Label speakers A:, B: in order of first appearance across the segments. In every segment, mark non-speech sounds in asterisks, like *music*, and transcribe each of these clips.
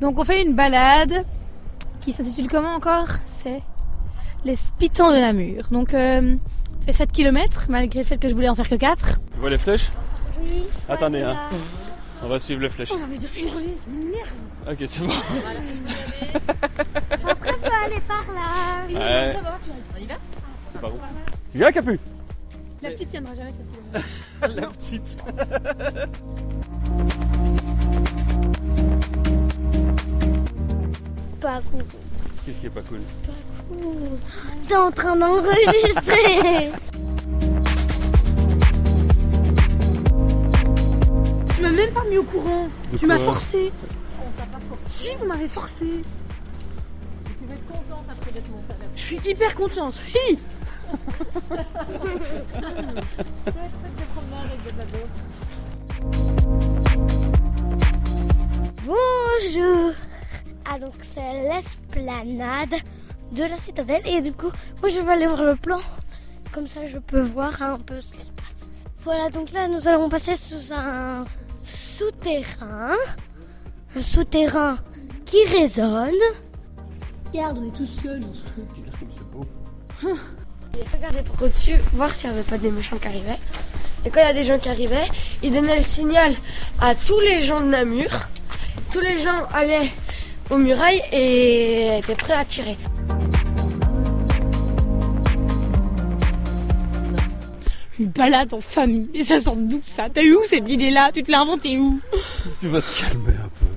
A: Donc on fait une balade qui s'intitule comment encore C'est les Spitons de Namur. Donc euh, on fait 7 km malgré le fait que je voulais en faire que 4.
B: Tu vois les flèches
C: Oui.
B: Attendez, hein. on va suivre les flèches.
A: J'ai envie de hurler, ça m'énerve.
B: Ok, c'est bon.
C: Après, on peut aller par là.
B: Ouais.
D: On y va
B: C'est pas bon. Tu viens, Capu
A: hein. La petite tiendra jamais cette kilomètre.
B: La petite.
C: Pas cool.
B: Qu'est-ce qui est pas cool
C: Ouh, T'es en train d'enregistrer.
A: Tu m'as même pas mis au courant.
B: De
A: tu m'as
B: quoi
A: forcé. Si, vous m'avez forcé.
D: Tu vas être contente après d'être montée.
A: Je suis hyper contente. Hi
D: Tu vas être faite de promenade avec des badauds.
C: Bonjour. Ah, donc c'est l'esplanade de la citadelle. Et du coup, moi je vais aller voir le plan. Comme ça, je peux voir un peu ce qui se passe. Voilà, donc là, nous allons passer sous un souterrain. Un souterrain qui résonne.
A: Regarde, on est tous seuls dans ce truc.
B: C'est beau.
E: Regardez par au-dessus, voir s'il n'y avait pas des méchants qui arrivaient. Et quand il y a des gens qui arrivaient, ils donnaient le signal à tous les gens de Namur. Tous les gens allaient aux murailles et étaient prêts à tirer.
A: Une balade en famille. Et ça sort d'où ça T'as eu où cette idée-là Tu te l'as inventée où
B: Tu vas te calmer un peu.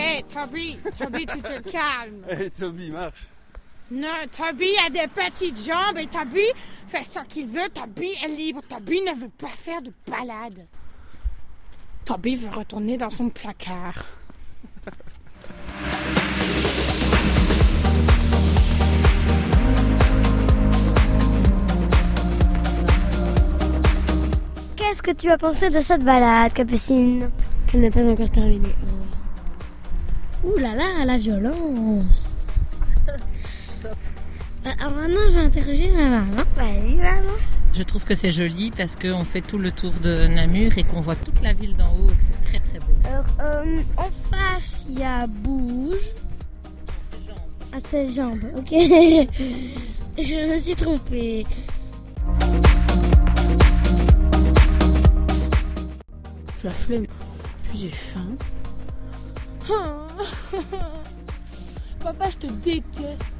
A: Hé, Eh, Toby, Toby, tu te calmes.
B: Hé, Eh, Toby, marche.
A: Non, Toby a des petites jambes et Toby fait ce qu'il veut. Toby est libre. Toby ne veut pas faire de balade. Toby veut retourner dans son placard.
C: Qu'est-ce que tu as pensé de cette balade, Capucine
E: Qu'elle n'est pas encore terminée.
F: Ouh là là, la
C: *laughs*
F: violence Bah, Alors maintenant, je vais interroger ma maman.
C: Vas-y, maman.
D: Je trouve que c'est joli parce qu'on fait tout le tour de Namur et qu'on voit toute la ville d'en haut et que c'est très très beau.
C: Alors, euh, en face, il y a Bouge. À ses jambes, ok. *laughs* je me suis trompée.
A: J'ai la flemme. Puis j'ai *laughs* faim. Papa, je te déteste.